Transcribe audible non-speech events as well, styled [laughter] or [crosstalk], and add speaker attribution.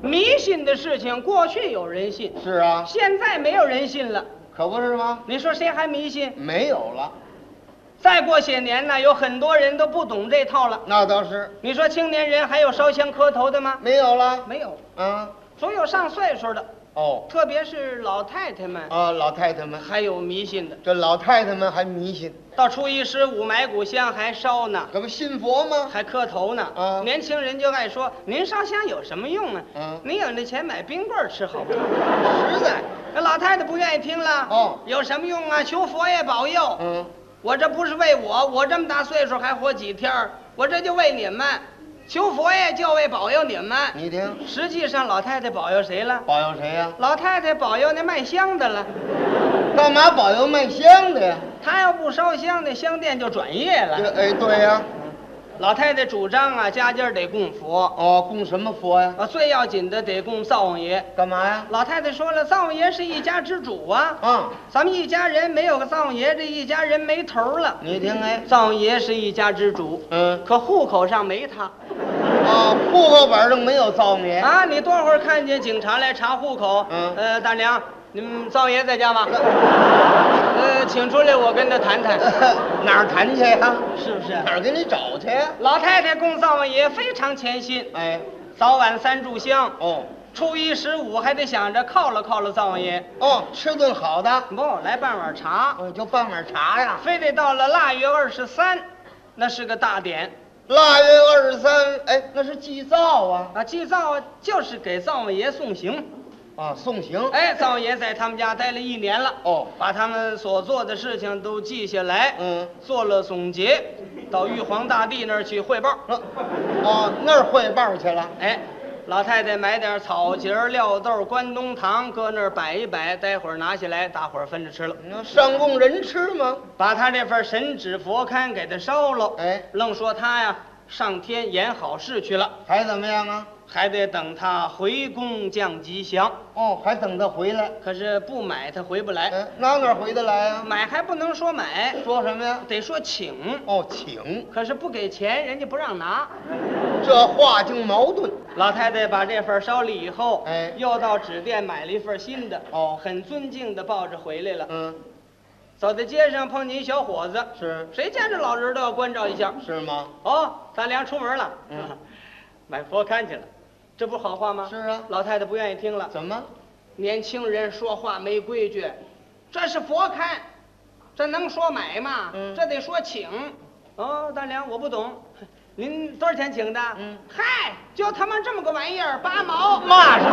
Speaker 1: 迷信的事情，过去有人信，
Speaker 2: 是啊，
Speaker 1: 现在没有人信了。
Speaker 2: 可不是吗？
Speaker 1: 你说谁还迷信？
Speaker 2: 没有了，
Speaker 1: 再过些年呢，有很多人都不懂这套了。
Speaker 2: 那倒是
Speaker 1: 你说青年人还有烧香磕头的吗？
Speaker 2: 没有了。
Speaker 1: 没有，
Speaker 2: 啊，
Speaker 1: 总有上岁数的，
Speaker 2: 哦，
Speaker 1: 特别是老太太们，
Speaker 2: 啊，老太太们，
Speaker 1: 还有迷信的，
Speaker 2: 这老太太们还迷信，
Speaker 1: 到初一十五买股香还烧呢，
Speaker 2: 可不信佛吗？
Speaker 1: 还磕头呢。
Speaker 2: 啊
Speaker 1: 年轻人就爱说：“您烧香有什么用啊？
Speaker 2: 嗯
Speaker 1: 您有那钱买冰棍儿吃好不好？”
Speaker 2: 实在，
Speaker 1: 那老太太不愿意听了。
Speaker 2: 哦
Speaker 1: 有什么用啊？求佛爷保佑。
Speaker 2: 嗯，
Speaker 1: 我这不是为我，我这么大岁数还活几天儿我这就为你们，求佛爷就为保佑你们。
Speaker 2: 你听，
Speaker 1: 实际上，老太太保佑谁了？
Speaker 2: 保佑谁呀、
Speaker 1: 老太太保佑那卖香的了。
Speaker 2: 干嘛保佑卖香的呀？
Speaker 1: 她要不烧香，那香店就转业了。
Speaker 2: 这哎，对呀、
Speaker 1: 老太太主张啊，家家得供佛，
Speaker 2: 哦，供什么佛呀？
Speaker 1: 啊，最要紧的得供灶王爷。
Speaker 2: 干嘛呀？
Speaker 1: 老太太说了，灶王爷是一家之主啊，
Speaker 2: 啊，
Speaker 1: 咱们一家人没有个灶王爷，这一家人没头儿了。
Speaker 2: 你听哎，
Speaker 1: 灶王爷是一家之主，
Speaker 2: 嗯，
Speaker 1: 可户口上没他
Speaker 2: 啊，户口本上没有造孽，
Speaker 1: 啊！你多会儿看见警察来查户口？
Speaker 2: 嗯
Speaker 1: 呃，大娘，你们灶爷在家吗？呃，请出来，我跟他谈谈，
Speaker 2: [laughs] 哪儿谈去呀？
Speaker 1: 是不是？
Speaker 2: 哪儿给你找去呀？
Speaker 1: 老太太供灶王爷非常虔心，
Speaker 2: 哎，
Speaker 1: 早晚三炷香，
Speaker 2: 哦，
Speaker 1: 初一十五还得想着犒劳犒劳灶王爷。
Speaker 2: 哦，吃顿好的，
Speaker 1: 不，来半碗茶，
Speaker 2: 哦，就办碗茶呀。
Speaker 1: 非得到了腊月二十三，那是个大典
Speaker 2: 腊月二十三，哎，那是祭灶啊，
Speaker 1: 啊！祭灶就是给灶王爷送行。
Speaker 2: 啊，送行。
Speaker 1: 哎，灶王爷在他们家待了一年了，
Speaker 2: 哦，
Speaker 1: 把他们所做的事情都记下来，
Speaker 2: 嗯，
Speaker 1: 做了总结，到玉皇大帝那儿去汇报。
Speaker 2: 那，哦，那儿汇报去了。
Speaker 1: 哎，老太太买点草节儿、料豆、关东糖，搁那儿摆一摆，待会儿拿下来，大伙儿分着吃了。
Speaker 2: 那上供人吃吗？
Speaker 1: 把他这份神纸佛龛给他烧了，
Speaker 2: 哎
Speaker 1: 愣说他呀上天演好事去了，
Speaker 2: 还怎么样啊？
Speaker 1: 还得等他回宫降吉祥。
Speaker 2: 哦，还等他回来。
Speaker 1: 可是不买他回不来，
Speaker 2: 哎，那哪儿回得来啊？
Speaker 1: 买还不能说买，
Speaker 2: 说什么呀？
Speaker 1: 得说请。
Speaker 2: 哦，请，
Speaker 1: 可是不给钱，人家不让拿。
Speaker 2: 这话竟矛盾。
Speaker 1: 老太太把这份烧了以后，
Speaker 2: 哎
Speaker 1: 又到纸店买了一份新的，
Speaker 2: 哦
Speaker 1: 很尊敬的抱着回来了。
Speaker 2: 嗯，
Speaker 1: 走在街上碰见一小伙子，
Speaker 2: 是
Speaker 1: 谁见着老人都要关照一下。
Speaker 2: 是吗？
Speaker 1: 哦，咱俩出门了，
Speaker 2: 嗯
Speaker 1: [laughs] 买佛龛去了，这不是好话吗？
Speaker 2: 是啊
Speaker 1: 老太太不愿意听了，
Speaker 2: 怎么？
Speaker 1: 年轻人说话没规矩，这是佛龛，这能说买吗？
Speaker 2: 嗯
Speaker 1: 这得说请。哦，大娘，我不
Speaker 2: [laughs]
Speaker 1: 懂，您多少钱请的？
Speaker 2: 嗯
Speaker 1: 嗨，就他妈这么个玩意儿，八毛。
Speaker 2: 骂什